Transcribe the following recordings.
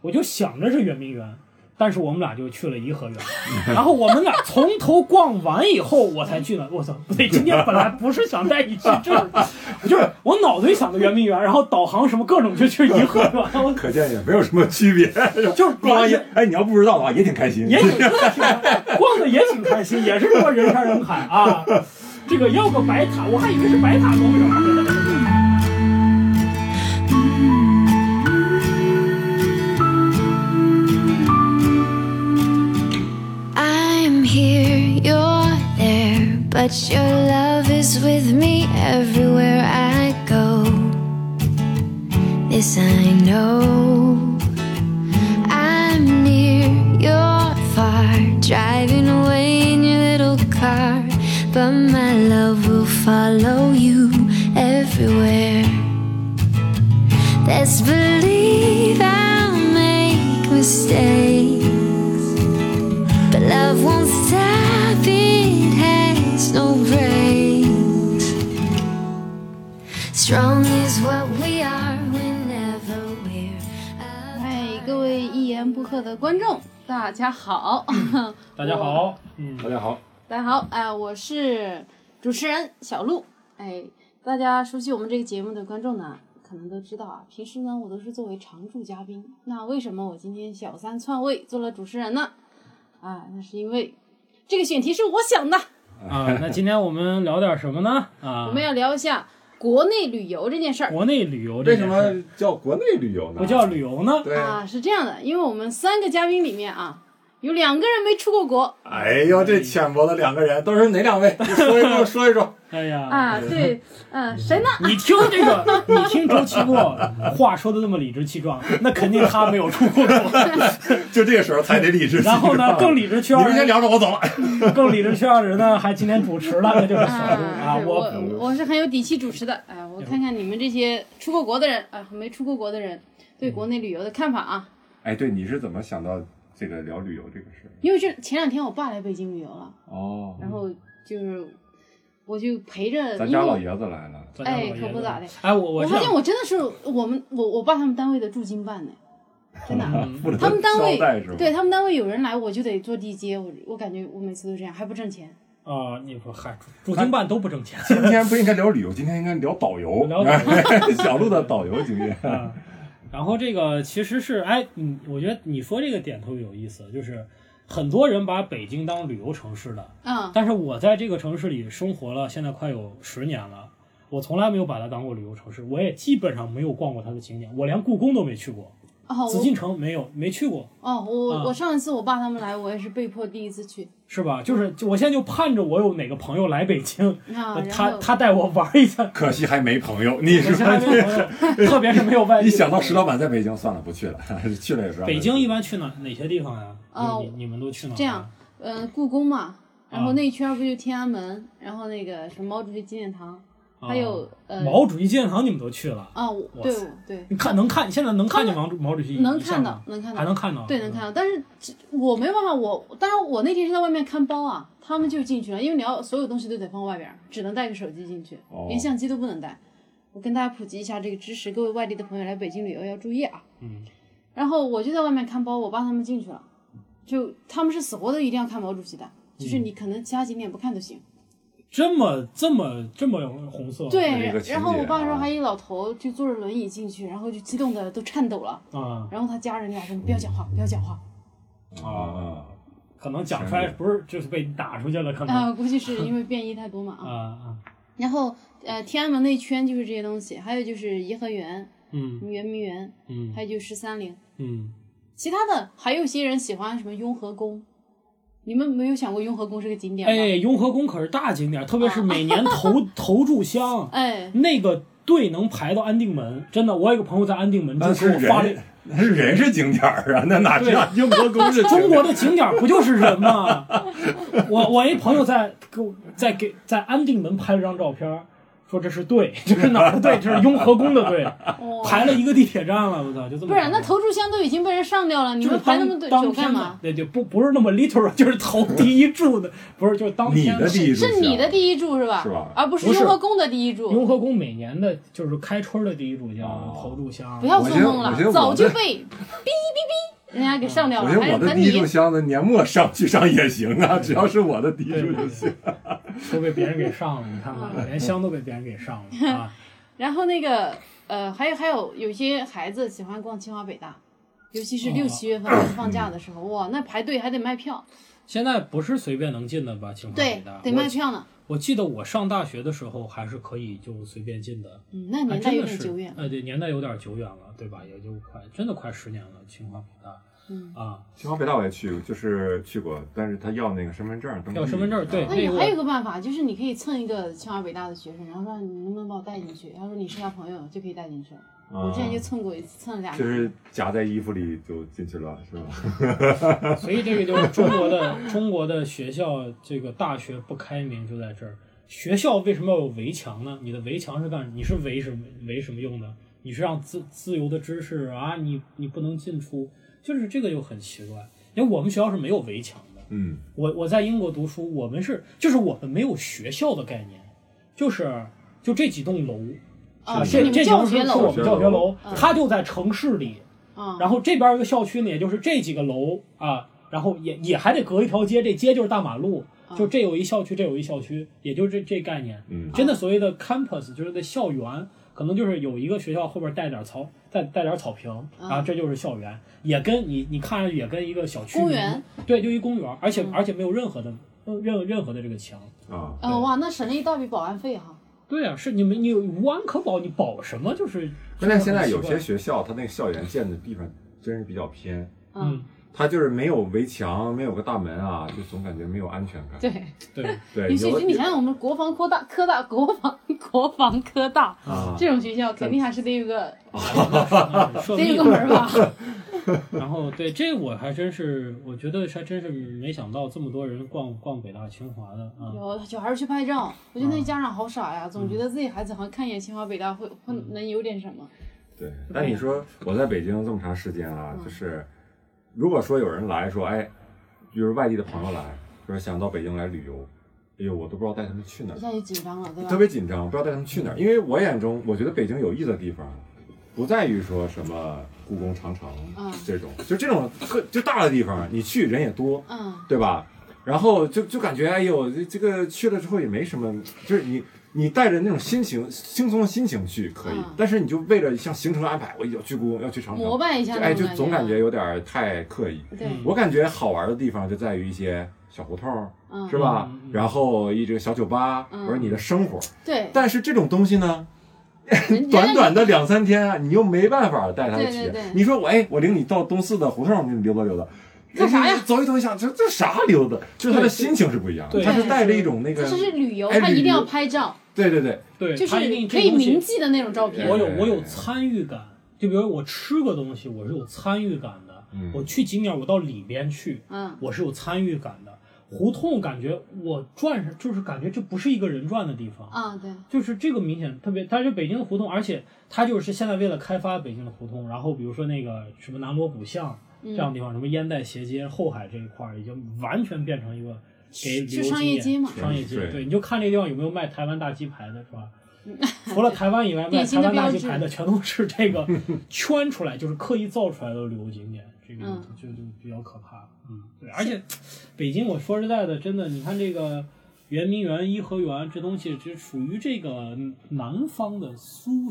我就想着是圆明园，但是我们俩就去了颐和园，然后我们俩从头逛完以后，我才去呢。我操，不对，今天本来不是想带你去这儿，我就是我脑子里想的圆明园，然后导航什么各种就去颐和园，我可见也没有什么区别。 就是逛完完也， 哎，你要不知道的话也挺开心。也挺逛的也挺开心，也是说人山人海啊。这个要个白塔，我还以为是白塔公园。 I'm here, you're there, but your love is with me everywhere I go. This I know. I'm near, you're far, driving away in your little car, but my love will follow you everywhere. Let's believe I'll make mistakes. But love won't stop, it has no brakes. Strong is what we are whenever we're. 哎，各位一言不合的观众，大家好，大家好，嗯，大家好， 大家好，哎，我是主持人小鹿，哎，大家熟悉我们这个节目的观众呢，可能都知道啊，平时呢我都是作为常驻嘉宾，那为什么我今天小三篡位做了主持人呢？啊，那是因为这个选题是我想的，啊，那今天我们聊点什么呢？啊，我们要聊一下国内旅游这件事儿。国内旅游这为什件事么叫国内旅游呢？不叫旅游呢？对。啊，是这样的，因为我们三个嘉宾里面啊，有两个人没出过国哎呦，这浅薄的两个人都是哪两 位？你说一 说，说一说。哎呀，啊，对，嗯，谁呢？你听这个，你听周奇墨话说的那么理直气壮， 那肯定他没有出过国。就这个时候才得理直气壮。 然后呢，更理直气你壮们先人，聊着，我走了。更理直气壮人呢，还今天主持了，那 就是小鹿啊，啊，对我我我是很有底气主持的。哎，我看看你们这些出过国的人啊，没出过国的人对国内旅游的看法啊。哎，对，你是怎么想到这个聊旅游这个事儿？因为这前两天我爸来北京旅游了，哦，然后就是我就陪着，咱因家为老我爷子来了。咱家老爷哎子可不咋的。哎，我我我这发样现我真的是我们我我爸他们单位的驻京办呢，真的。 负责他们单位招待是吧？对，他们单位有人来，我就得坐地接，我我感觉我每次都这样，还不挣钱。啊，你说嗨，驻京办都不挣钱。今天不应该聊旅游，今天应该聊导游。聊导 小鹿的导游经验。啊， 然后这个其实是，哎，嗯，我觉得你说这个点特别有意思，就是很多人把北京当旅游城市的，嗯，但是我在这个城市里生活了，现在快有十年了，我从来没有把它当过旅游城市，我也基本上没有逛过它的景点，我连故宫都没去过，哦，紫我禁城没有没去过，哦，啊我我上一次我爸他们来，我也是被迫第一次去是吧？就是就我现在就盼着我有哪个朋友来北京，呃啊。呃然他后他带我玩 一下，可惜还没朋友，你我说现在没有朋友， 特别是没有外地一的想到朋友石老板在北京，算了，不去了， 去了也是让他北京一般去哪哪些地方呀？哦你你们都去哪儿啊？这样呃，故宫嘛，然啊后那一圈儿不就天安门，然后那个什么毛主席纪念堂，啊还有呃，毛主席纪念堂，你们都去了？啊，我哇对塞我对，你看能看，现在能看见毛主毛主席能遗像看到吗，能看还到，能嗯看到，对，能看到。但是这我没办法，我当然我那天是在外面看包啊，他们就进去了，因为你要所有东西都得放外边儿，只能带个手机进去，哦连相机都不能带。我跟大家普及一下这个知识，各位外地的朋友来北京旅游要注意啊。嗯。然后我就在外面看包，我爸他们进去了，就他们是死活都一定要看毛主席的，就是嗯你可能其他景点不看都行。这么这么这么有红色，这是一对个，情然后节我爸说啊还一老头就坐着轮椅进去，然后就激动的都颤抖了。啊然后他家人俩说：“你不要讲话，不要讲话。啊啊，，可能讲出来不是就是被打出去了，可能啊，估计是因为便衣太多嘛啊啊。啊然后呃，天安门那一圈就是这些东西，还有就是颐和园、嗯圆明园，嗯还有就是三陵。嗯，其他的还有些人喜欢什么雍和宫，你们没有想过雍和宫是个啊景点吗？哎，雍和宫可是大景点，特别是每年投 投注箱哎，那个队能排到安定门，真的，我有个朋友在安定门那就是给我发了一人，那是人是景点儿啊，那哪像英国公 是景中点国的景点不就是人吗？ 我我一朋友在给我在给在安定门拍了张照片，说这是队，这是哪儿的队？这是雍和宫的 队，哦，排了一个地铁站了，我操，就这么不是，那投注箱都已经被人上掉了，你就是们排那当么多当久天干的嘛？？对，就不不是那么 literal，就是 投第一注的，不是就是当你天的第一柱是你的第一柱是吧？是吧而不是不是雍和宫的第一柱。雍和宫每年的就是开春的第一炷香哦投注香不，要我做觉得梦我觉得了，我早这就被哔哔哔人家给上掉我了，觉还得我是的咱第一炷你香呢，年末上去上也行啊，只要是我的第一炷就行。都被别人给上了，你看看，连香都被别人给上 了啊！然后那个呃，还有还有有些孩子喜欢逛清华北大，尤其是哦六七月份我们放假的时候，哇，那排队还得卖票，现在不是随便能进的吧？清华北对大，，得我卖票呢。我记得我上大学的时候还是可以就随便进的，嗯，那还年代真有的点啊是久远了。呃，对，年代有点久远了，对吧？也就快真的快十年了，清华北大，嗯啊，清华北大我也去，就是去过，但是他要那个身份证登记。要身份证对那那你个还有一个办法，就是你可以蹭一个清华北大的学生，然后说你能不能把我带进去？他说你是他朋友，就可以带进去了。我之前就蹭过一次，蹭了俩啊就人。是夹在衣服里就进去了，是吧？所以这个就是中国的中国的学校，这个大学不开明就在这儿。学校为什么要有围墙呢？你的围墙是干，你是围什么围什么用的？你是让自自由的知识啊，你你不能进出，就是这个就很奇怪。因为我们学校是没有围墙的，嗯，我我在英国读书，我们是就是我们没有学校的概念，就是就这几栋楼啊，这你这几们教栋是学是我楼们教学楼嗯，它就在城市里，啊，然后这边有一个校区呢，也就是这几个楼啊，然后也也还得隔一条街，这街就是大马路，啊就这有一校区，这有一校区，也就这这概念。嗯真的所谓的 campus 就是在校园，可能就是有一个学校后边带点草，带带点草坪，啊然后这就是校园，也跟你你看上去也跟一个小区公园，对，就一公园，而且而且没有任何的嗯任任何的这个墙。啊，嗯、哇，那省了一大笔保安费哈。对啊，是你们你无安可保，你保什么？就是关键现在真的有很奇怪些学校，它那个校园建的地方真是比较偏，嗯，它就是没有围墙，没有个大门 啊，就总感觉没有安全感。对， 对，对，尤其哎有是你想想，我们国防科大、科大、国防、国防科大啊，这种学校，肯定还是得有个嗯设得立有个门儿吧？然后对这我还真是，我觉得还真是没想到这么多人逛逛北大清华的嗯啊、有小孩儿去拍照，我觉得那家长好傻呀，总觉得自己孩子好像看一眼清华北大会会嗯能有点什么。对，嗯但你说我在北京这么长时间啊，就是如果说有人来说，哎，就是外地的朋友来，就是想到北京来旅游，哎呦，我都不知道带他们去哪儿一，下就紧张了，对吧？特别紧张，不知道带他们去哪儿。因为我眼中，我觉得北京有意思的地方，不在于说什么故宫、长城嗯这种，就这种特就大的地方，你去人也多，嗯，对吧？然后就就感觉哎呦，这这个去了之后也没什么，就是你你带着那种心情轻松的心情去可以，嗯但是你就为了像行程安排，我要去故宫，要去长城，膜拜一下就那哎，种就总感觉觉。有嗯点儿太刻意。对，我感觉好玩的地方就在于一些小胡同儿，嗯，是吧嗯嗯？然后一这个小酒吧，嗯或者你的生活，对， 但是这种东西呢，人家短短的两三天啊，你又没办法带他去对体对验对。你说我哎，我领你到东四的胡同，我给你溜达溜达，干啥呀人家走一走一想，这这啥溜达？就是他的对心情是不一样的，对他是带着一种那这个，是旅游，哎他一定旅游要拍照，对对对，对，就是它一定可这以东西铭记的那种照片。我有哎我有参与感，就比如我吃个东西，我是有参与感的。嗯我去景点，我到里边去，嗯，我是有参与感的。胡同感觉我转上，就是感觉这不是一个人转的地方，啊，对，就是这个明显特别。它是北京的胡同，而且它就是现在为了开发北京的胡同，然后比如说那个什么南锣鼓巷嗯这样的地方，什么烟袋斜街、后海这一块儿，已经完全变成一个给旅游是商景业点街嘛商业街，对对，你就看这地方有没有卖台湾大鸡排的，是吧？除了台湾 以外，卖嗯典台型的湾大标鸡志排的全都是这 个圈出来，就是刻意造出来的旅游景点，这个嗯就就就比较可怕。嗯，对，而且北京，我说实在的，真的，你看这个圆明园、颐和园这东西，这属于这个南方的苏，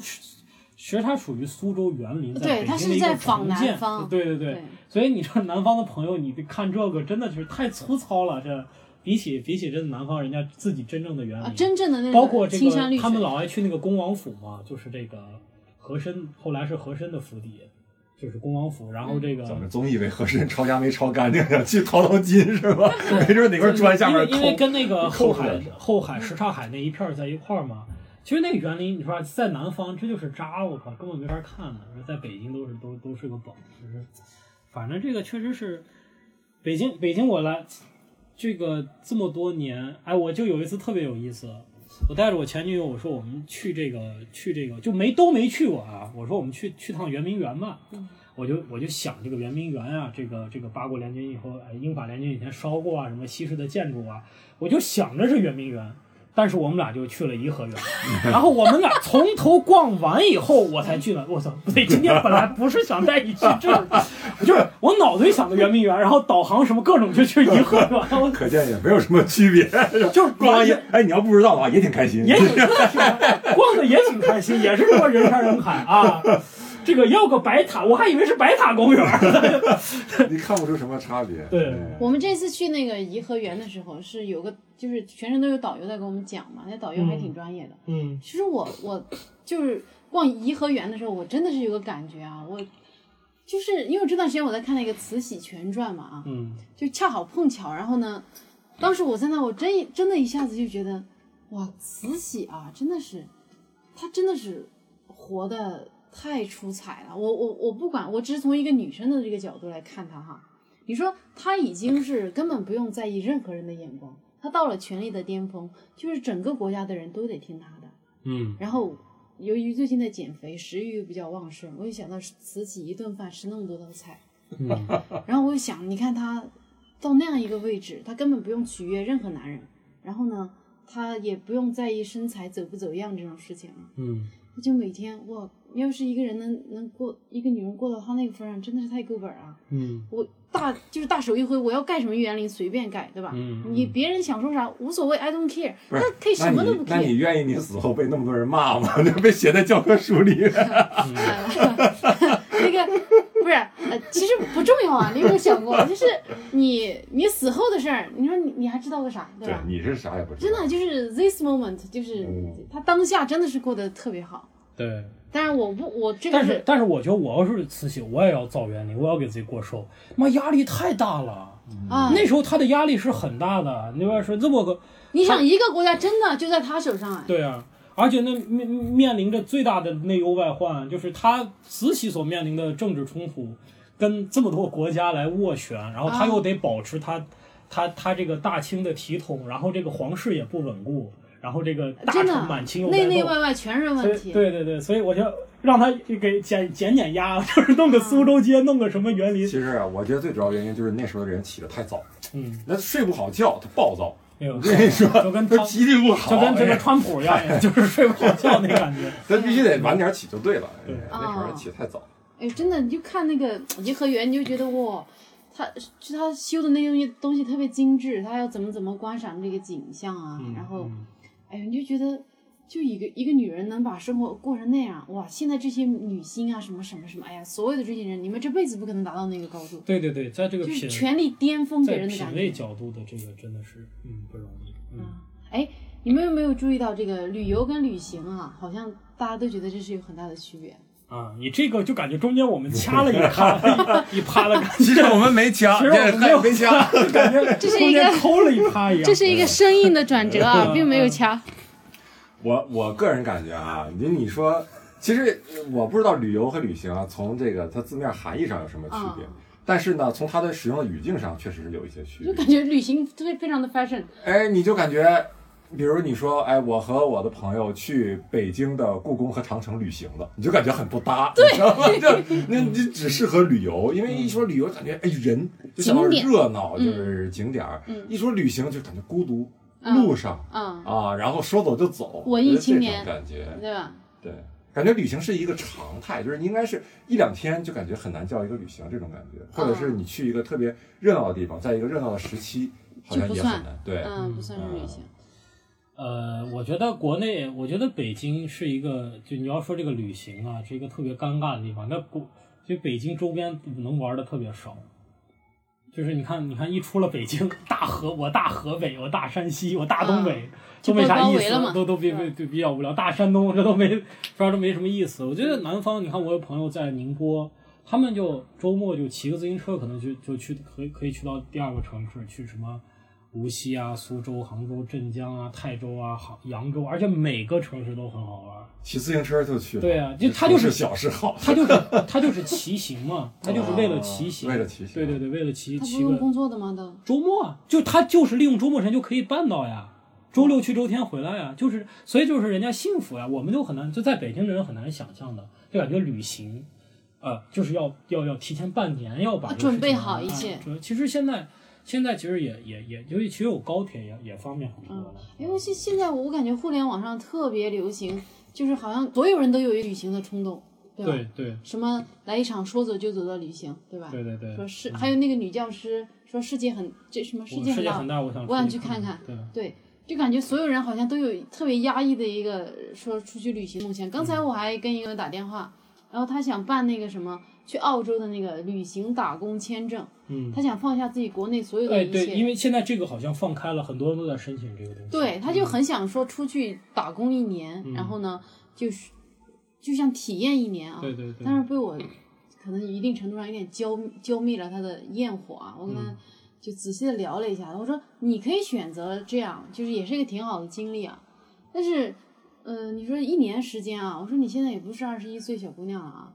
其实它属于苏州园林，在对北它京是的一个在仿重南建方对对对对，所以你这南方的朋友，你看这个真的是太粗糙了，这比起比起真的南方人家自己真正的园林，啊，真正的那包括这青山个绿他们水，老爱去那个恭王府嘛，就是这个和珅，后来是和珅的府邸，就是恭王府，然后这个。咱们总以为和珅抄家没抄干净，想去淘淘金是吧？ 没准哪块砖下因为面因为抠。跟那个抠后出来海的后海什刹海那一片儿在一块儿嘛。其实那个园林，你说在南方这就是渣，我靠，根本没法看的。说在北京都是都都是个宝，就是反正这个确实是北京北京我来这个这么多年，哎，我就有一次特别有意思，我带着我前女友，我说我们去这个去这个就没都没去过啊，我说我们去去趟圆明园吧。我就我就想这个圆明园啊，这个这个八国联军以后，哎，英法联军以前烧过啊，什么西式的建筑啊，我就想着是圆明园，但是我们俩就去了颐和园， 然后我们俩从头逛完以后，我才去了。我操，不对，今天本来不是想带你去这儿，就是我脑子里想的圆明园，然后导航什么各种就去颐和园，我可见也没有什么区别。 就是逛完也，哎，你要不知道的话也挺开心。也挺逛的也挺开心，也是他妈人山人海啊。这个要个白塔，我还以为是白塔公园呢。你看不出什么差别。对嗯我们这次去那个颐和园的时候，是有个就是全程都有导游在给我们讲嘛，那导游还挺专业的。嗯，其实我我就是逛颐和园的时候，我真的是有个感觉啊，我就是因为这段时间我在看那个《慈禧全传》嘛啊，嗯，就恰好碰巧，然后呢，当时我在那，我真真的一下子就觉得，哇，慈禧啊，真的是，她真的是活的太出彩了。我我我不管，我只是从一个女生的这个角度来看她哈。你说她已经是根本不用在意任何人的眼光，她到了权力的巅峰，就是整个国家的人都得听她的。嗯，然后由于最近在减肥，食欲又比较旺盛，我就想到慈禧一顿饭吃那么多道菜，嗯然后我就想，你看她到那样一个位置，她根本不用取悦任何男人，然后呢，她也不用在意身材走不走样这种事情了，嗯，她就每天哇，要是一个人能能过一个女人过到她那个份儿上，真的是太够本儿啊！嗯，我大就是大手一挥，我要盖什么园林随便盖，对吧？嗯嗯你别人想说啥无所谓，I don't care，不她是可以什么都不那你那 care 你。愿意你死后被那么多人骂吗？ 就被写在教科书里。啊嗯那个不是，呃，其实不重要啊。你有没有想过，就是你你死后的事儿，你说你你还知道个啥，对对吧，？你是啥也不知真道。的就是 this moment，就是嗯他当下真的是过得特别好。对。但是我不，我这个但是但是我觉得我要是慈禧，我也要造园林，我要给自己过瘦，妈压力太大了。啊，那时候他的压力是很大的，你要说这么个，你想一个国家真的就在他手上哎，对啊，而且那面面临着最大的内忧外患，就是他慈禧所面临的政治冲突，跟这么多国家来斡旋，然后他啊又得保持他、他他这个大清的体统，然后这个皇室也不稳固，然后这个大真臣的啊满清又内在内斗外外全是所问以题。对对对，所以我就让他给减减减压， 就是弄个苏州嗯街，弄个什么园林其，实啊，我觉得最主要原因就是那时候的人起得太早，嗯，那睡不好觉，他暴躁。没有，我跟你说，就跟他他脾气不好，就跟这哎个呀川普一样， 就是睡不好觉那感觉。他必须得晚点起就对了。哎对呀那时候人起得太早。哎，真的，你就看那个颐和园，你就觉得哇，他就他修的那东西东西特别精致，他要怎么怎么观赏这个景象啊，嗯然后，哎呀，你就觉得，就一个一个女人能把生活过成那样，哇！现在这些女星啊，什么什么什么，哎呀，所有的这些人，你们这辈子不可能达到那个高度， 对对对，在这个就是品权力巅峰给在人的品感味觉。角度的这个真的是，嗯，不容易。嗯，啊，哎，你们有没有注意到这个旅游跟旅行啊，好像大家都觉得这是有很大的区别。啊，你这个就感觉中间我们掐了一 趴一趴的感觉，其实我们没掐，其实我们没有这没掐。就 感觉这是中一个间抠了一趴一样。一个生硬的转折 啊，并没有掐。我我个人感觉啊，你你说，其实我不知道旅游和旅行啊，从这个它字面含义上有什么区别，嗯但是呢，从它的使用的语境上确实是有一些区就别。感觉旅行非非常的 fashion，哎，你就感觉，比如你说，哎，我和我的朋友去北京的故宫和长城旅行了，你就感觉很不搭，你知道吗？就那你只适合旅游，因为一说旅游，感觉哎人就想到景点热闹，就是景点儿；一说旅行，就感觉孤独，路上嗯，啊，然后说走就走，文艺青这年种感觉，对吧？对。感觉旅行是一个常态，就是应该是一两天就感觉很难叫一个旅行这种感觉，或者啊是你去一个特别热闹的地方，在一个热闹的时期，好像就不也算很难。对，嗯，不算是旅行。呃，我觉得国内，我觉得北京是一个，就你要说这个旅行啊，是一个特别尴尬的地方。那国，就北京周边能玩的特别少，就是你看，你看一出了北京，大河，我大河北，我大山西，我大东北，都就被没啥包意围了嘛思，都都比比比比较无聊。大山东这都没，反正都没什么意思。我觉得南方，你看我有朋友在宁波，他们就周末就骑个自行车，可能就就去可以可以去到第二个城市，去什么无锡啊、苏州、杭州、镇江啊、泰州啊、杭扬州，而且每个城市都很好玩。骑自行车就去了。对啊就他就是不小是好，他就是他就是骑行嘛，他就是为了骑行， 为了骑行对对对，为了骑他不骑用个工作的吗？都周末啊，就他就是利用周末时间就可以办到嗯呀。周六去，周天回来呀，就是所以就是人家幸福呀，我们就很难，就在北京的人很难想象的，就感觉旅行，呃，就是要要要提前半年要把啊这个事情准备好一切安排。其实现在现在其实也也也，尤其其实有高铁也也方便很多了。嗯因为现现在我感觉互联网上特别流行，就是好像所有人都有旅行的冲动，对吧？对对什么来一场说走就走的旅行，对吧？对对对，嗯说是还有那个女教师说世界很这什么世我界世很界大很，大，我想我想去去看看对，对，就感觉所有人好像都有特别压抑的一个呃说出去旅行的梦想。刚才我还跟一个人打电话，然后他想办那个什么去澳洲的那个旅行打工签证，嗯，他想放下自己国内所有的哎一对，因切。为现在这个好像放开了，很多人都在申请这个东西。对，他就很想说出去打工一年，然后呢，就是就像体验一年啊。嗯对对对但是被我可能一定程度上有点浇浇灭了他的焰火啊。我跟嗯他就仔细的聊了一下，我说你可以选择这样，就是也是一个挺好的经历啊。但是，呃，你说一年时间啊，我说你现在也不是二十一岁小姑娘了啊，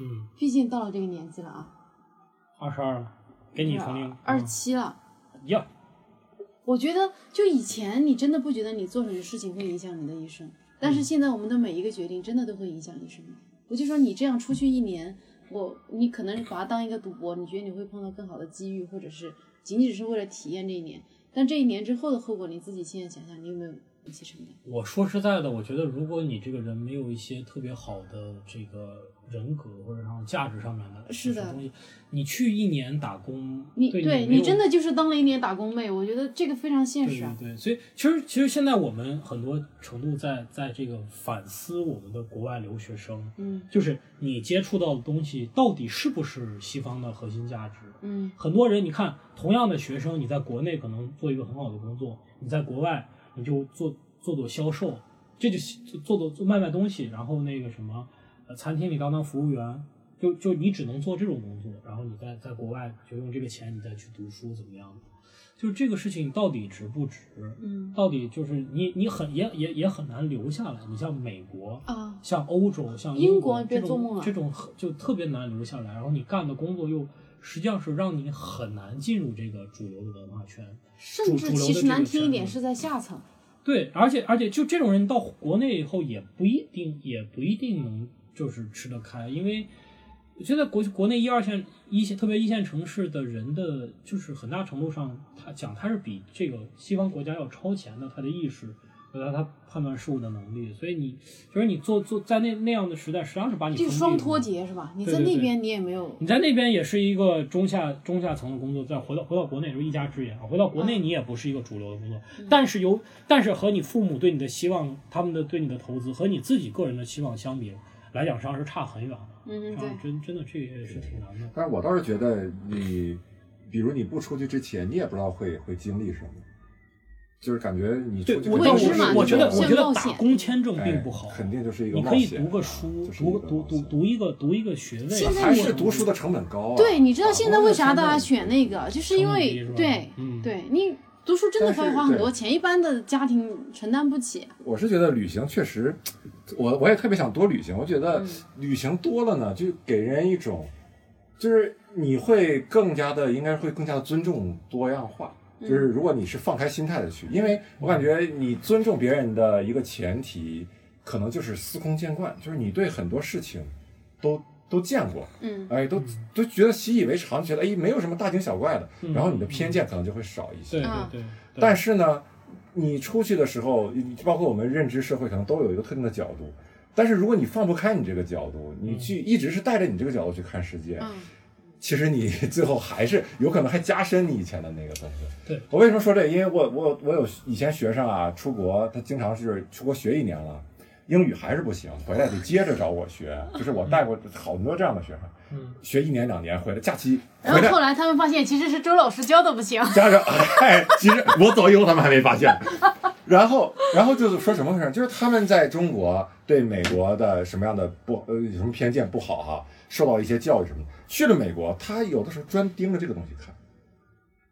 嗯，毕竟到了这个年纪了啊，二十二了，给你肯定二十嗯七了。一样。我觉得，就以前你真的不觉得你做什么事情会影响你的一生，但嗯是现在我们的每一个决定真的都会影响一生。我就说你这样出去一年，我你可能把它当一个赌博，你觉得你会碰到更好的机遇，或者是仅仅只是为了体验这一年，但这一年之后的后果，你自己现在想想，你有没有一起承担？我说实在的，我觉得如果你这个人没有一些特别好的这个人格或者上价值上面的是的这种东西，你去一年打工，你对对没有你真的就是当了一年打工妹，我觉得这个非常现对实对啊。对，所以其实其实现在我们很多程度在在这个反思我们的国外留学生，嗯就是你接触到的东西到底是不是西方的核心价值？嗯很多人你看，同样的学生，你在国内可能做一个很好的工作，你在国外你就做做做销售，这就就做做做卖卖东西，然后那个什么，呃，餐厅里当当服务员，就就你只能做这种工作，然后你在在国外就用这个钱你再去读书怎么样的，就是这个事情到底值不值？嗯到底就是你你很也也也很难留下来，你像美国。啊，像欧洲、像英国国别这做种梦了这种很就特别难留下来。然后你干的工作又实际上是让你很难进入这个主流的文化圈。甚至主流的其实这难个听一圈点子是在下层。对，而且而且就这种人到国内以后也不一定也不一定能就是吃得开，因为我觉得国国内一二线一线特别一线城市的人的，就是很大程度上他讲他是比这个西方国家要超前的，他的意识。和他判断事物的能力，所以你就是你做做在那那样的时代，实际上是把你这个嗯封闭双住脱的节是吧？你对在对那对边你也没有，你在那边也是一个中下中下层的工作，再回到回到国内就是一家之言啊。回到国嗯内你也不是一个主流的工作，但是由但是和你父母对你的希望，他们的对你的投资和你自己个人的期望相比来讲，实际上是差很远的。嗯实际对上。真真的这个也是挺难的。 但是我倒是觉得你，比如你不出去之前，你也不知道会会经历什么，就是感觉你对，出去我肯但定我就是未知是嘛一我个觉得就是我觉冒得险打工签证并不好，哎肯定就是一个你冒可险。以读个书，就是一读个读冒读险读一个读一个学位，啊现在还我是读书的成本高啊。对，你知道现在为啥成本大家选那个，就是因为成本低是吧对嗯对，你读书真的但是会花很对多钱，一般的家庭承担不起。我是觉得旅行确实，我我也特别想多旅行。我觉得嗯旅行多了呢，就给人一种，就是你会更加的，应该会更加的尊重多样化。就是嗯如果你是放开心态的去，因为我感觉你尊重别人的一个前提，可能就是司空见惯，就是你对很多事情都都见过，嗯，哎，都都觉得习以为常，觉得哎没有什么大惊小怪的，嗯然后你的偏见可能就会少一些。对对嗯对，对但是呢，你出去的时候，包括我们认知社会，可能都有一个特定的角度。但是如果你放不开你这个角度，嗯你去一直是带着你这个角度去看世界，嗯其实你 最后还是有可能还加深你以前的那个东西。对我为什么说这个？因为我我我有以前学生啊，出国他经常是出国学一年了，英语还是不行，回来得接着找我学。就是我带过好多这样的学生，嗯学一年两年回来，假期然回后来后来他们发现其实是周老师教的不行。加上， 哎，其实我走以后他们还没发现。然后，然后就是说什么回事？就是他们在中国对美国的什么样的不呃有什么偏见不好哈、受到一些教育什么的。去了美国，他有的时候专盯着这个东西看，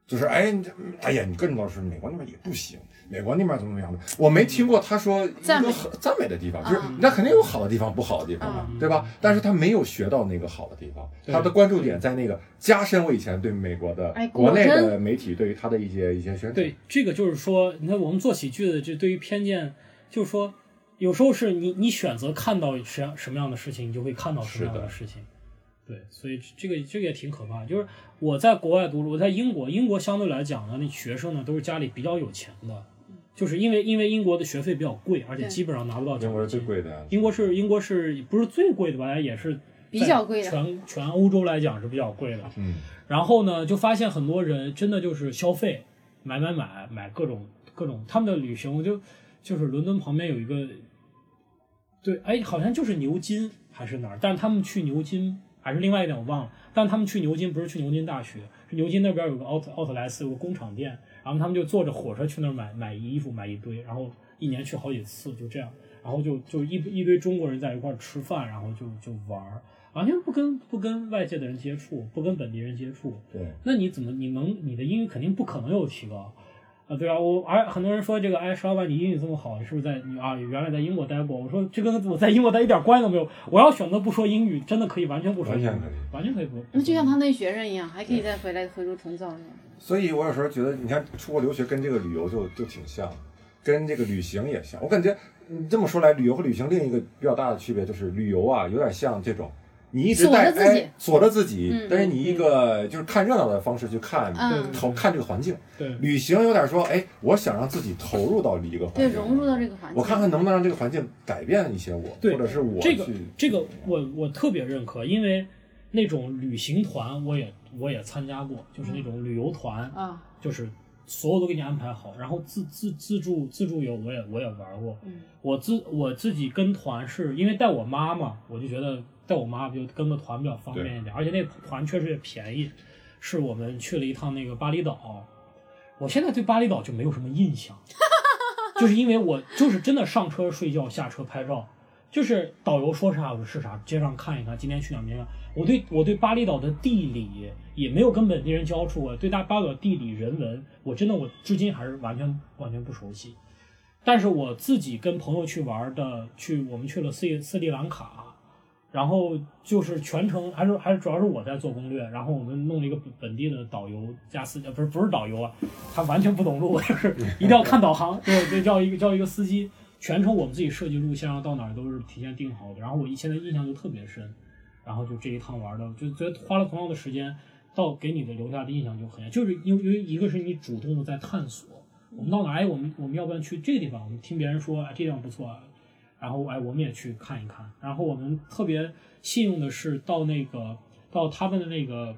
就是哎，你这哎呀，你跟着老师，美国那边也不行，美国那边怎么怎么样的。我没听过他说一赞美个很赞美的地方，就是嗯那肯定有好的地方，不好的地方嘛，对吧？但是他没有学到那个好的地方，对他的关注点在那个加深我以前对美国的哎果国内真的呃媒体对于他的一些一些宣传。对，这个就是说，你看我们做喜剧的，这对于偏见，就是说，有时候是你你选择看到什样什么样的事情，你就会看到什么样是的的事情。对，所以这个这个也挺可怕。就是我在国外读书，我在英国，英国相对来讲呢，那学生呢都是家里比较有钱的，就是因为因为英国的学费比较贵，而且对基本上拿不到奖英国是学最金。贵的，英国是英国是不是最贵的吧？也是比在较贵的全全欧洲来讲是比较贵的。嗯，然后呢，就发现很多人真的就是消费，买买买买各种各种他们的旅行，就就是伦敦旁边有一个，对，哎，好像就是牛津还是哪儿，但他们去牛津还是另外一点我忘了，但他们去牛津不是去牛津大学，是牛津那边有个奥特奥特莱斯有个工厂店，然后他们就坐着火车去那儿买买衣服买一堆，然后一年去好几次，就这样。然后就就一一堆中国人在一块儿吃饭，然后就就玩儿，完全不跟不跟外界的人接触，不跟本地人接触，嗯对，那你怎么你能你的英语肯定不可能有提高啊？对啊，我而很多人说这个，哎，石老板你英语这么好，你是不是在你啊原来在英国待过？我说这跟我在英国待一点关系都没有。我要选择不说英语，真的可以完全不说完英语，全可以。完全可以不。那就像他那学生一样，还可以再回来回炉重造一样。所以我有时候觉得，你看出国留学跟这个旅游就就挺像，跟这个旅行也像。我感觉你这么说来，旅游和旅行另一个比较大的区别就是，旅游啊有点像这种，你一直锁着带自己哎锁着自己，嗯但是你一个就是看热闹的方式去看，嗯投看这个环境。对旅行有点说，哎，我想让自己投入到一个环对，境，融入到这个环境。我看看能不能让这个环境改变一些我，对或者是我这去。个这个我我特别认可，因为那种旅行团我也我也参加过，就是那种旅游团，啊，就是所有都给你安排好，然后自自自助自助游我也我也玩过，嗯，我自我自己跟团是因为带我妈嘛，我就觉得带我妈就跟个团比较方便一点，而且那团确实也便宜。是我们去了一趟那个巴厘岛，我现在对巴厘岛就没有什么印象，就是因为我就是真的上车睡觉，下车拍照，就是导游说啥我就是啥，街上看一看，今天去哪儿明天。我对我对巴厘岛的地理也没有跟本地人接触过，对大巴厘岛地理人文，我真的我至今还是完全完全不熟悉。但是我自己跟朋友去玩的，去我们去了斯里斯里兰卡，然后就是全程还是还是主要是我在做攻略，然后我们弄了一个本地的导游加司，呃不是不是导游啊，他完全不懂路， 就是一定要看导航，对对，叫一个叫一个司机，全程我们自己设计路线，然后到哪儿都是提前定好的。然后我现在印象就特别深，然后就这一趟玩的，就觉得花了同样的时间，到给你的留下的印象就很深，就是因为因为一个是你主动的在探索，我们到哪儿，哎，我们我们要不然去这个地方？我们听别人说，哎，这地方不错，然后哎，我们也去看一看。然后我们特别幸运的是到那个到他们的那个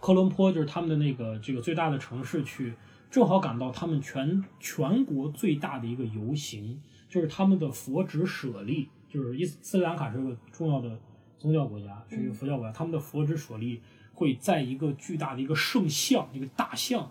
科伦坡，就是他们的那个这个最大的城市去，正好赶到他们全全国最大的一个游行，就是他们的佛指舍利，就是伊斯斯里兰卡是个重要的宗教国家，是一个佛教国家，他们的佛指舍利会在一个巨大的一个圣像，一个大像。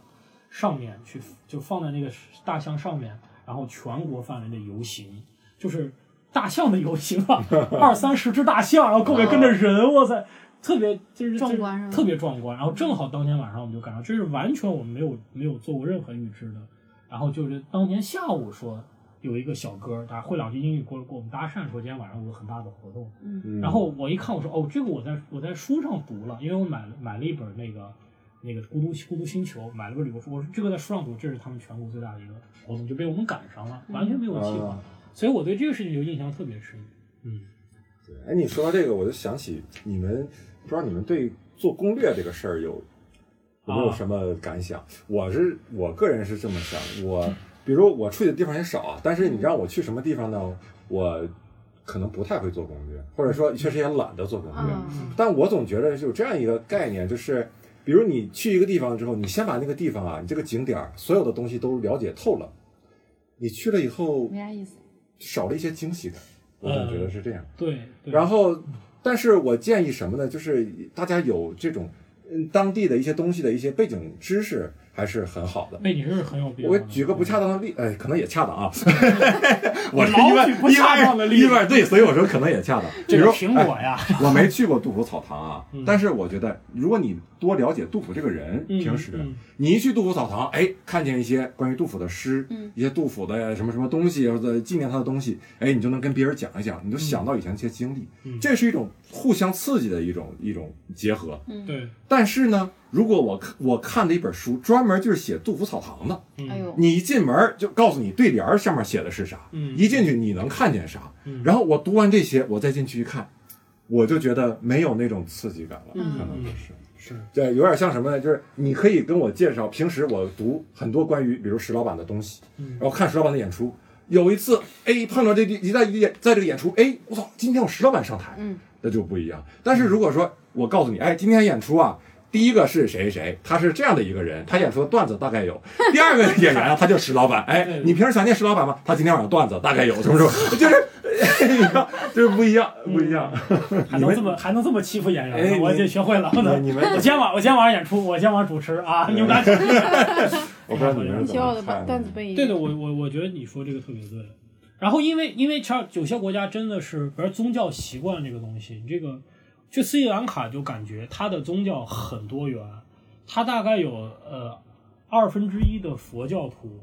上面去，就放在那个大象上面，然后全国范围的游行，就是大象的游行啊，二三十只大象，然后后面跟着人，哇塞，特别就是壮观是吧特别壮观。然后正好当天晚上我们就赶上，这是完全我们没有没有做过任何预知的。然后就是当天下午说有一个小哥，他会两句英语过来跟我们搭讪，说今天晚上有个很大的活动，嗯然后我一看，我说哦，这个我在我在书上读了，因为我买了买了一本那个那个《孤独孤独星球》，买了本旅游书，我说这个在书上读，这是他们全国最大的一个活动，就被我们赶上嗯了，完全没有计划，啊所以我对这个事情就印象特别深。嗯，对哎，你说到这个，我就想起你们，不知道你们对做攻略这个事儿有有没有啊什么感想？我是我个人是这么想，我比如我去的地方也少啊，但是你让我去什么地方呢？我可能不太会做攻略，或者说确实也懒得做攻略。嗯但我总觉得有这样一个概念，就是比如你去一个地方之后，你先把那个地方啊，你这个景点儿所有的东西都了解透了，你去了以后没啥意思。少了一些惊喜感，我总觉得是这样。对对。然后，但是我建议什么呢？就是大家有这种嗯当地的一些东西的一些背景知识还是很好的。被你是很有必要。我举个不恰当的例，哎，可能也恰当啊。 我是老意外举不恰当的例子意外意外对，所以我说可能也恰当。这比个如哎苹果呀， 我没去过杜甫草堂啊，但是我觉得，如果你多了解杜甫这个人，嗯平时嗯你一去杜甫草堂，哎，看见一些关于杜甫的诗，嗯一些杜甫的什么什么东西，或者纪念他的东西，哎，你就能跟别人讲一讲，你就想到以前一些经历，嗯这是一种互相刺激的一种一种结合。对，但是呢，如果我看我看的一本书，专门就是写杜甫草堂的，嗯哎，呦，你一进门就告诉你对联儿上面写的是啥，嗯一进去你能看见啥，嗯然后我读完这些，我再进去一看，我就觉得没有那种刺激感了，嗯可能就是。是对，有点像什么呢？就是你可以跟我介绍，平时我读很多关于比如石老板的东西，然后看石老板的演出。有一次，哎，碰到这一在演在这个演出，哎，我操，今天有石老板上台，嗯，那就不一样。但是如果说我告诉你，哎，今天演出啊。第一个是谁谁，他是这样的一个人，他演出的段子大概有。第二个演员啊，他叫石老板，哎，你平时想念石老板吗？他今天晚上段子大概有什么什么， 就是就是不一样，不一样。还你能们这么还能这么欺负演哎员呢，我你就学会了。我你能 你们我今天晚我今天晚上演出，我今天晚上主持啊，你们俩。我不知道你们是怎希望我么的看段子被对对，我我我觉得你说这个特别对。然后因为因为像有些国家真的是，比如宗教习惯这个东西，你这个去斯里兰卡就感觉它的宗教很多元，它大概有呃二分之一的佛教徒，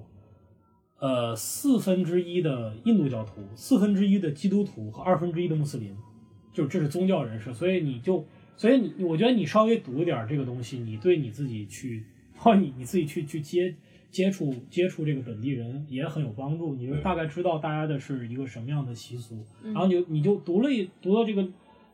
呃四分之一的印度教徒，四分之一的基督徒和二分之一的穆斯林，就这是宗教人士，所以你就所以你我觉得你稍微读一点这个东西，你对你自己去，包括你你自己去去接接触接触这个本地人也很有帮助，你就大概知道大家的是一个什么样的习俗，然后你就你就读了一读了这个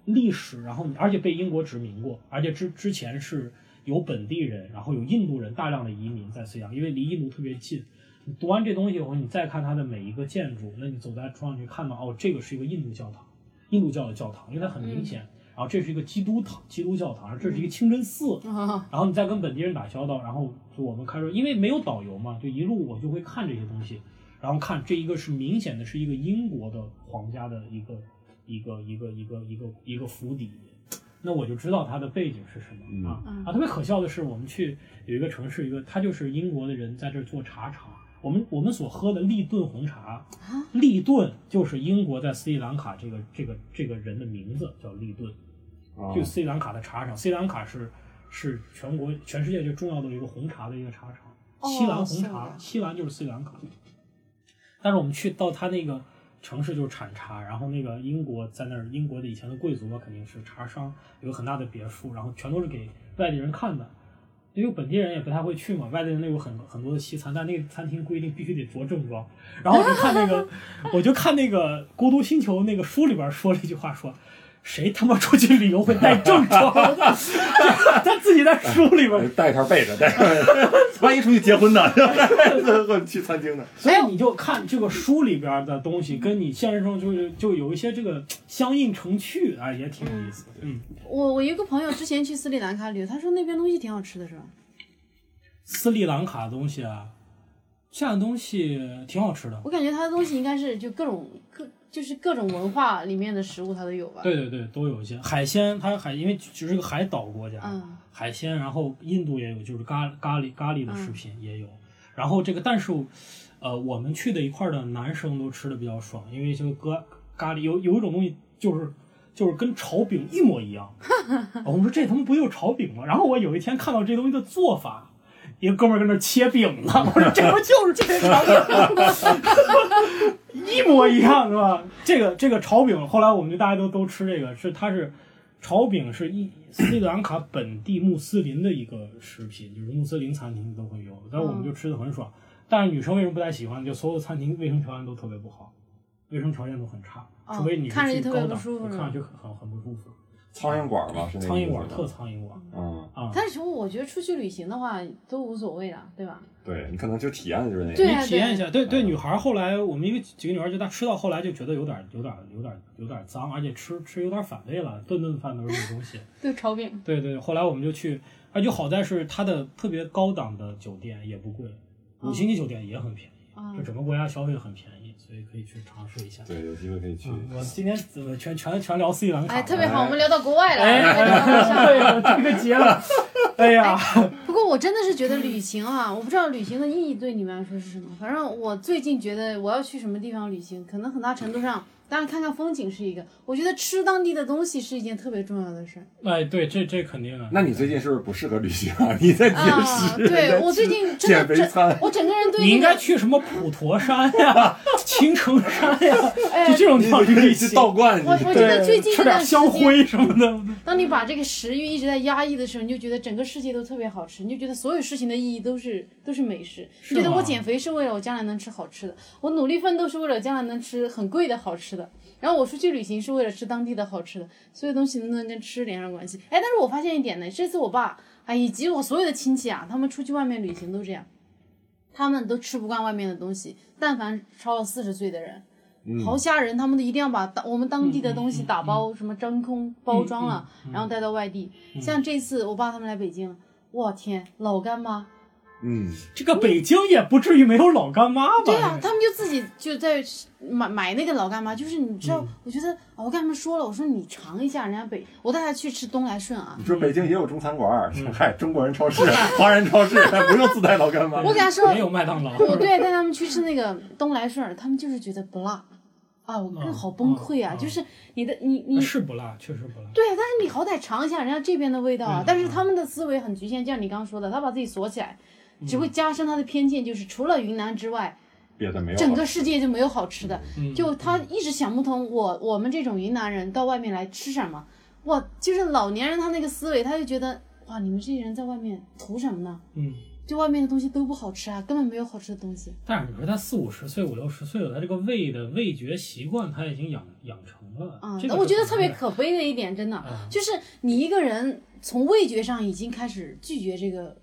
历史，然后你而且被英国殖民过，而且之之前是有本地人，然后有印度人大量的移民在斯里兰卡，因为离印度特别近。你读完这东西以后，你再看它的每一个建筑，那你走在窗上去看到，哦，这个是一个印度教堂，印度教的教堂，因为它很明显。然后这是一个基督堂，基督教堂，这是一个清真寺。啊，然后你再跟本地人打交道，然后就我们开始，因为没有导游嘛，就一路我就会看这些东西，然后看这一个是明显的是一个英国的皇家的一个一个一个一个一个一个府邸，那我就知道它的背景是什么啊嗯啊！特别可笑的是，我们去有一个城市，一个他就是英国的人在这儿做茶厂，我们我们所喝的利顿红茶，啊利顿就是英国在斯里兰卡这个这个这个人的名字叫利顿。啊就斯里兰卡的茶厂，斯里兰卡是是全国全世界最重要的一个红茶的一个茶厂，哦西兰红是茶吗，西兰就是斯里兰卡。但是我们去到他那个城市就是产茶，然后那个英国在那儿，英国的以前的贵族嘛，肯定是茶商，有个很大的别墅，然后全都是给外地人看的。因为本地人也不太会去嘛，外地人那有很很多的西餐，但那个餐厅规定必须得着正装。然后我就看那个，我就看那个《孤独星球》那个书里边说了一句话说。谁他妈出去旅游会带正装？ 他自己在书里边 带一条被子，带一条被子， 万一出去结婚呢，或者去餐厅呢？所以你就看这个书里边的东西，跟你现实中就是就有一些这个相映成趣啊，也挺有意思的。嗯， 我我一个朋友之前去斯里兰卡旅游，他说那边东西挺好吃的，是吧？斯里兰卡的东西啊，这样的东西挺好吃的。我感觉他的东西应该是就各种各就是各种文化里面的食物他都有吧。对对对，都有一些海鲜，它海因为只是个海岛国家，嗯海鲜，然后印度也有，就是咖咖喱咖喱的食品也有，然后这个但是，呃，我们去的一块儿的男生都吃的比较爽，因为就咖咖喱有有一种东西就是。就是跟炒饼一模一样，哦我们说这他妈不就是炒饼吗？然后我有一天看到这东西的做法，一个哥们儿跟那儿切饼呢，我说这不就是这个炒饼，一模一样是吧？这个这个炒饼，后来我们就大家都都吃这个，是它是炒饼是一斯里兰卡本地穆斯林的一个食品，就是穆斯林餐厅都会有，但我们嗯就吃的很爽。但是女生为什么不太喜欢？就所有的餐厅卫生条件都特别不好，卫生条件都很差，哦除非你是看着去就特别高不档，舒服我是看上吧去很很不舒服。苍蝇馆吧，是那个苍蝇馆意思特吧苍蝇馆嗯，啊， 但是我觉得出去旅行的话都无所谓了，对吧？对你可能就体验的就是那个，对你啊体验一下，对对，女孩儿后来我们一个几个女孩儿就她吃到后来就觉得有点儿有点儿有点儿有点儿脏，而且吃吃有点儿反胃了，顿顿饭都是这东西。对，炒饼。对对，后来我们就去，而且好在是它的特别高档的酒店也不贵，嗯五星级酒店也很便宜，啊就整个国家消费很便宜，所以可以去尝试一下。对，有机会可以去。嗯，我今天怎么全全全聊斯里兰卡了？哎，特别好，我们聊到国外了。哎哎呀，这个结了，哎呀，不过我真的是觉得旅行啊，我不知道旅行的意义对你们来说是什么。反正我最近觉得我要去什么地方旅行，可能很大程度上，当然看看风景是一个，我觉得吃当地的东西是一件特别重要的事儿。 哎，对，这这肯定啊。那你最近是不是不适合旅行啊？你在节啊，食，你在对 我最吃近减真的肥整餐，，我整个人对你那应该个去什么普陀山呀、青城山呀，就这种地方 你可旅以去行。道观，你我我觉得最近吃哎这点段时香间，灰什么的。当你把这个食欲一直在压抑的时候，你就觉得整个世界都特别好吃，你就觉得所有事情的意义都是都是美食。是觉得吗我减肥是为了我将来能吃好吃的，我努力奋斗是为了将来能吃很贵的好吃的。然后我出去旅行是为了吃当地的好吃的，所有东西能不能跟吃连上关系？哎，但是我发现一点呢，这次我爸哎以及我所有的亲戚啊，他们出去外面旅行都这样，他们都吃不惯外面的东西。但凡超了四十岁的人，好吓人，他们都一定要把当我们当地的东西打包，什么真空包装了，然后带到外地。像这次我爸他们来北京，我天，老干妈。嗯，这个北京也不至于没有老干妈吧？对这呀、个他们就自己就在买买那个老干妈，就是你知道，我觉得啊我跟他们说了，我说你尝一下人家北，我带他去吃东来顺啊，你说北京也有中餐馆儿，嗨，中国人超 市、华人超市， 不用自带老干妈。我给他说，也有麦当劳。我对带他们去吃那个东来顺儿，他们就是觉得不辣，啊，我看嗯好崩溃啊，嗯嗯呃就是你的你你。是不辣，确实不辣。对啊，但是你好歹尝一下人家这边的味道啊嗯！但是他们的思维很局限，就像你刚刚说的，他把自己锁起来，只嗯会加深他的偏见，就是除了云南之外，别的没有整了个世界就没有好吃的。嗯就他一直想不通我，我们这种云南人到外面来吃什么？哇，就是老年人他那个思维，他就觉得哇，你们这些人在外面图什么呢？嗯，就外面的东西都不好吃啊，根本没有好吃的东西。但是你说他四五十岁、五六十岁了，他这个胃的味觉习惯他已经养养成了。啊、这个我觉得是特别可悲的一点，真的、啊就是你一个人从味觉上已经开始拒绝这个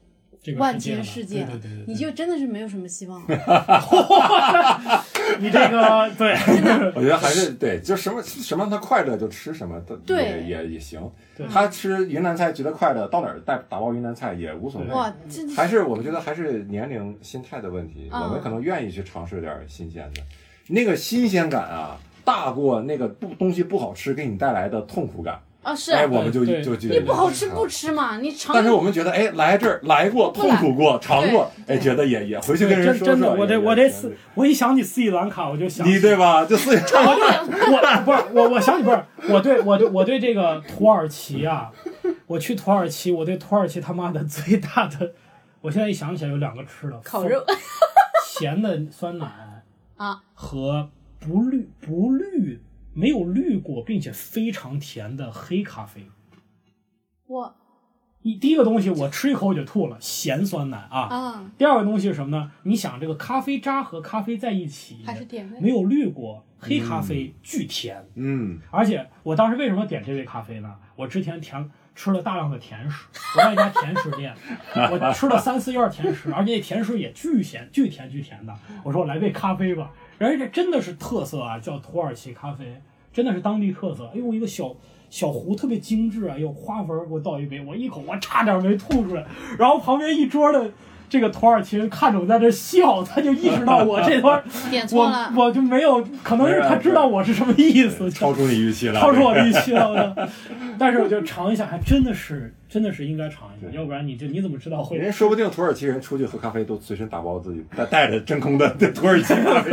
这个万千世界界了，了，对对对对对你就真的是没有什么希望了。你这 个对， 我觉得还是对，就什么什么他快乐就吃什么，他对也也也行对。他吃云南菜觉得快乐，到哪儿带打包云南菜也无所谓。哇，这还是我们觉得还是年龄、心态的问题，嗯我们可能愿意去尝试点儿新鲜的，那个新鲜感啊，大过那个不东西不好吃给你带来的痛苦感。啊是哎，我们就对就就你不好吃不。吃嘛，你尝但是我们觉得，哎，来这儿来过，不痛来苦过，尝过，对哎，对觉得也也回去跟人真说说。真的，我也这也我这也斯，我一想起斯里兰卡，我就想起你对吧？ 就是我就我不是我，我想起不是我对我对我对这个土耳其啊，我去土耳其，我对土耳其他妈的最大的，我现在一想起来有两个吃的，烤肉， 咸的酸奶啊和不绿不绿没有绿过并且非常甜的黑咖啡。我你第一个东西我吃一口我就吐了，咸酸奶啊。啊第二个东西是什么呢？你想这个咖啡渣和咖啡在一起，还是点味没有绿过，黑咖啡巨甜。嗯，而且我当时为什么点这杯咖啡呢？我之前甜吃了大量的甜食，我在一家甜食店，我吃了三四院甜食，而且那甜食也巨咸、巨甜、巨甜的。我说我来杯咖啡吧，人家这真的是特色啊，叫土耳其咖啡，真的是当地特色。哎呦，一个小。小壶特别精致啊，有花纹儿，给我倒一杯，我一口我差点没吐出来。然后旁边一桌的这个土耳其人看着我在这笑，他就意识到我这段点错我了，我就没有，可能是他知道我是什么意思，超出你预期了，超出我的预期了。我的但是我就尝一下，还真的是，真的是应该尝一下，对嗯要不然你就你怎么知道人会家？说不定土耳其人出去喝咖啡都随身打包自己带带着真空的土耳其咖啡，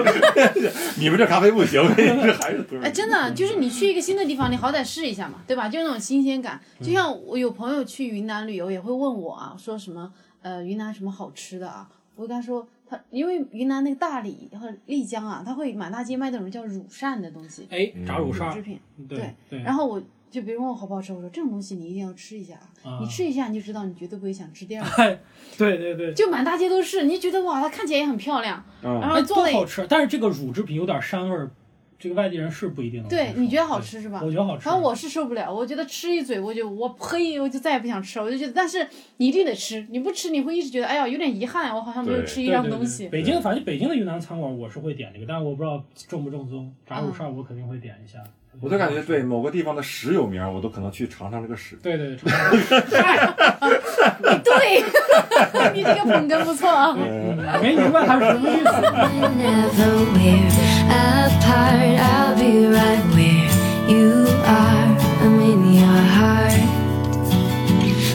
你们这咖啡不行， 这还是土耳哎，其。真的，就是你去一个新的地方，你好歹试一下嘛，对吧？就是那种新鲜感。就嗯像我有朋友去云南旅游，也会问我啊，说什么呃云南什么好吃的啊？我会跟他说，他因为云南那个大理和丽江啊，他会满大街卖那种叫乳扇的东西，哎，炸乳乳啊扇制，品。对对。嗯然后我就别人问我好不好吃，我说这种东西你一定要吃一下啊，你啊吃一下你就知道，你绝对不会想吃第二个。嗨，对对对，就满大街都是，你就觉得哇，它看起来也很漂亮，然嗯，后哎做都的好也吃，但是这个乳制品有点膻味儿，这个外地人是不一定能接受。对，你觉得好吃是吧？嗯我觉得好吃。反正我是受不了，我觉得吃一嘴我就我呸，我就再也不想吃了。我就觉得，但是你一定得吃，你不吃你会一直觉得，哎呀，有点遗憾，我好像没有对吃对一对样对东西。北京反正北京的云南餐馆我是会点这个，但是我不知道正不正宗。炸嗯乳扇我肯定会点一下。我就感觉对某个地方的食有名，我都可能去尝尝这个食。对对对，嗨，对， 你这个捧哏不错啊。没明白他是什么意思。 Never we're apart. I'll be right where you are. I'm in your heart.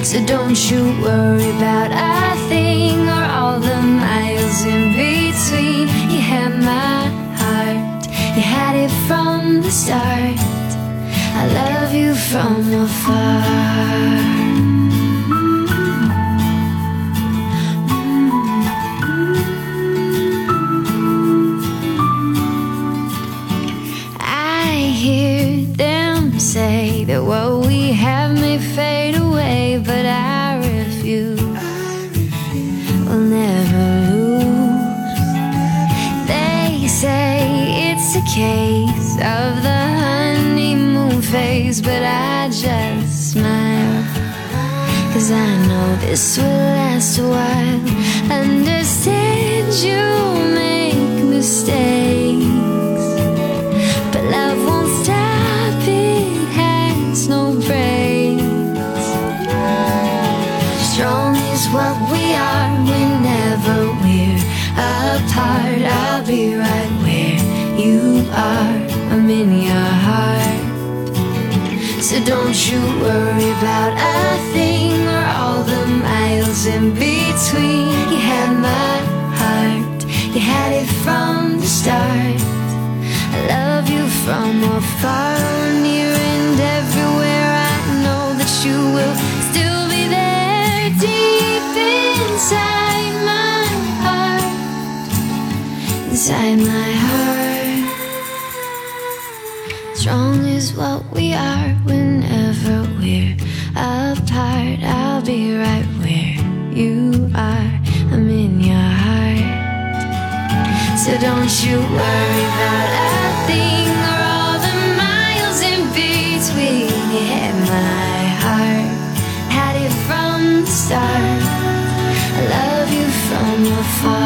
So don't you worry about a thing or all the miles in between. You had my heart. You had it from the start. I love you from afar. I hear them say that what we have may fade away, but I refuse. legs, but I just smile. Cause I know this will last a while. Understand you make mistakes. But love won't stop, it has no brakes. Strong is what we are whenever we're apart. I'll be right where you are. I'm in your heart. So don't you worry about a thing or all the miles in between. You had my heart, you had it from the start. I love you from afar, near and everywhere. I know that you will still be there deep inside my heart. Inside my heart. Strong is what we are whenever we're apart. I'll be right where you are. I'm in your heart. So don't you worry about a thing or all the miles in between. You had my heart, had it from the start. I love you from afar.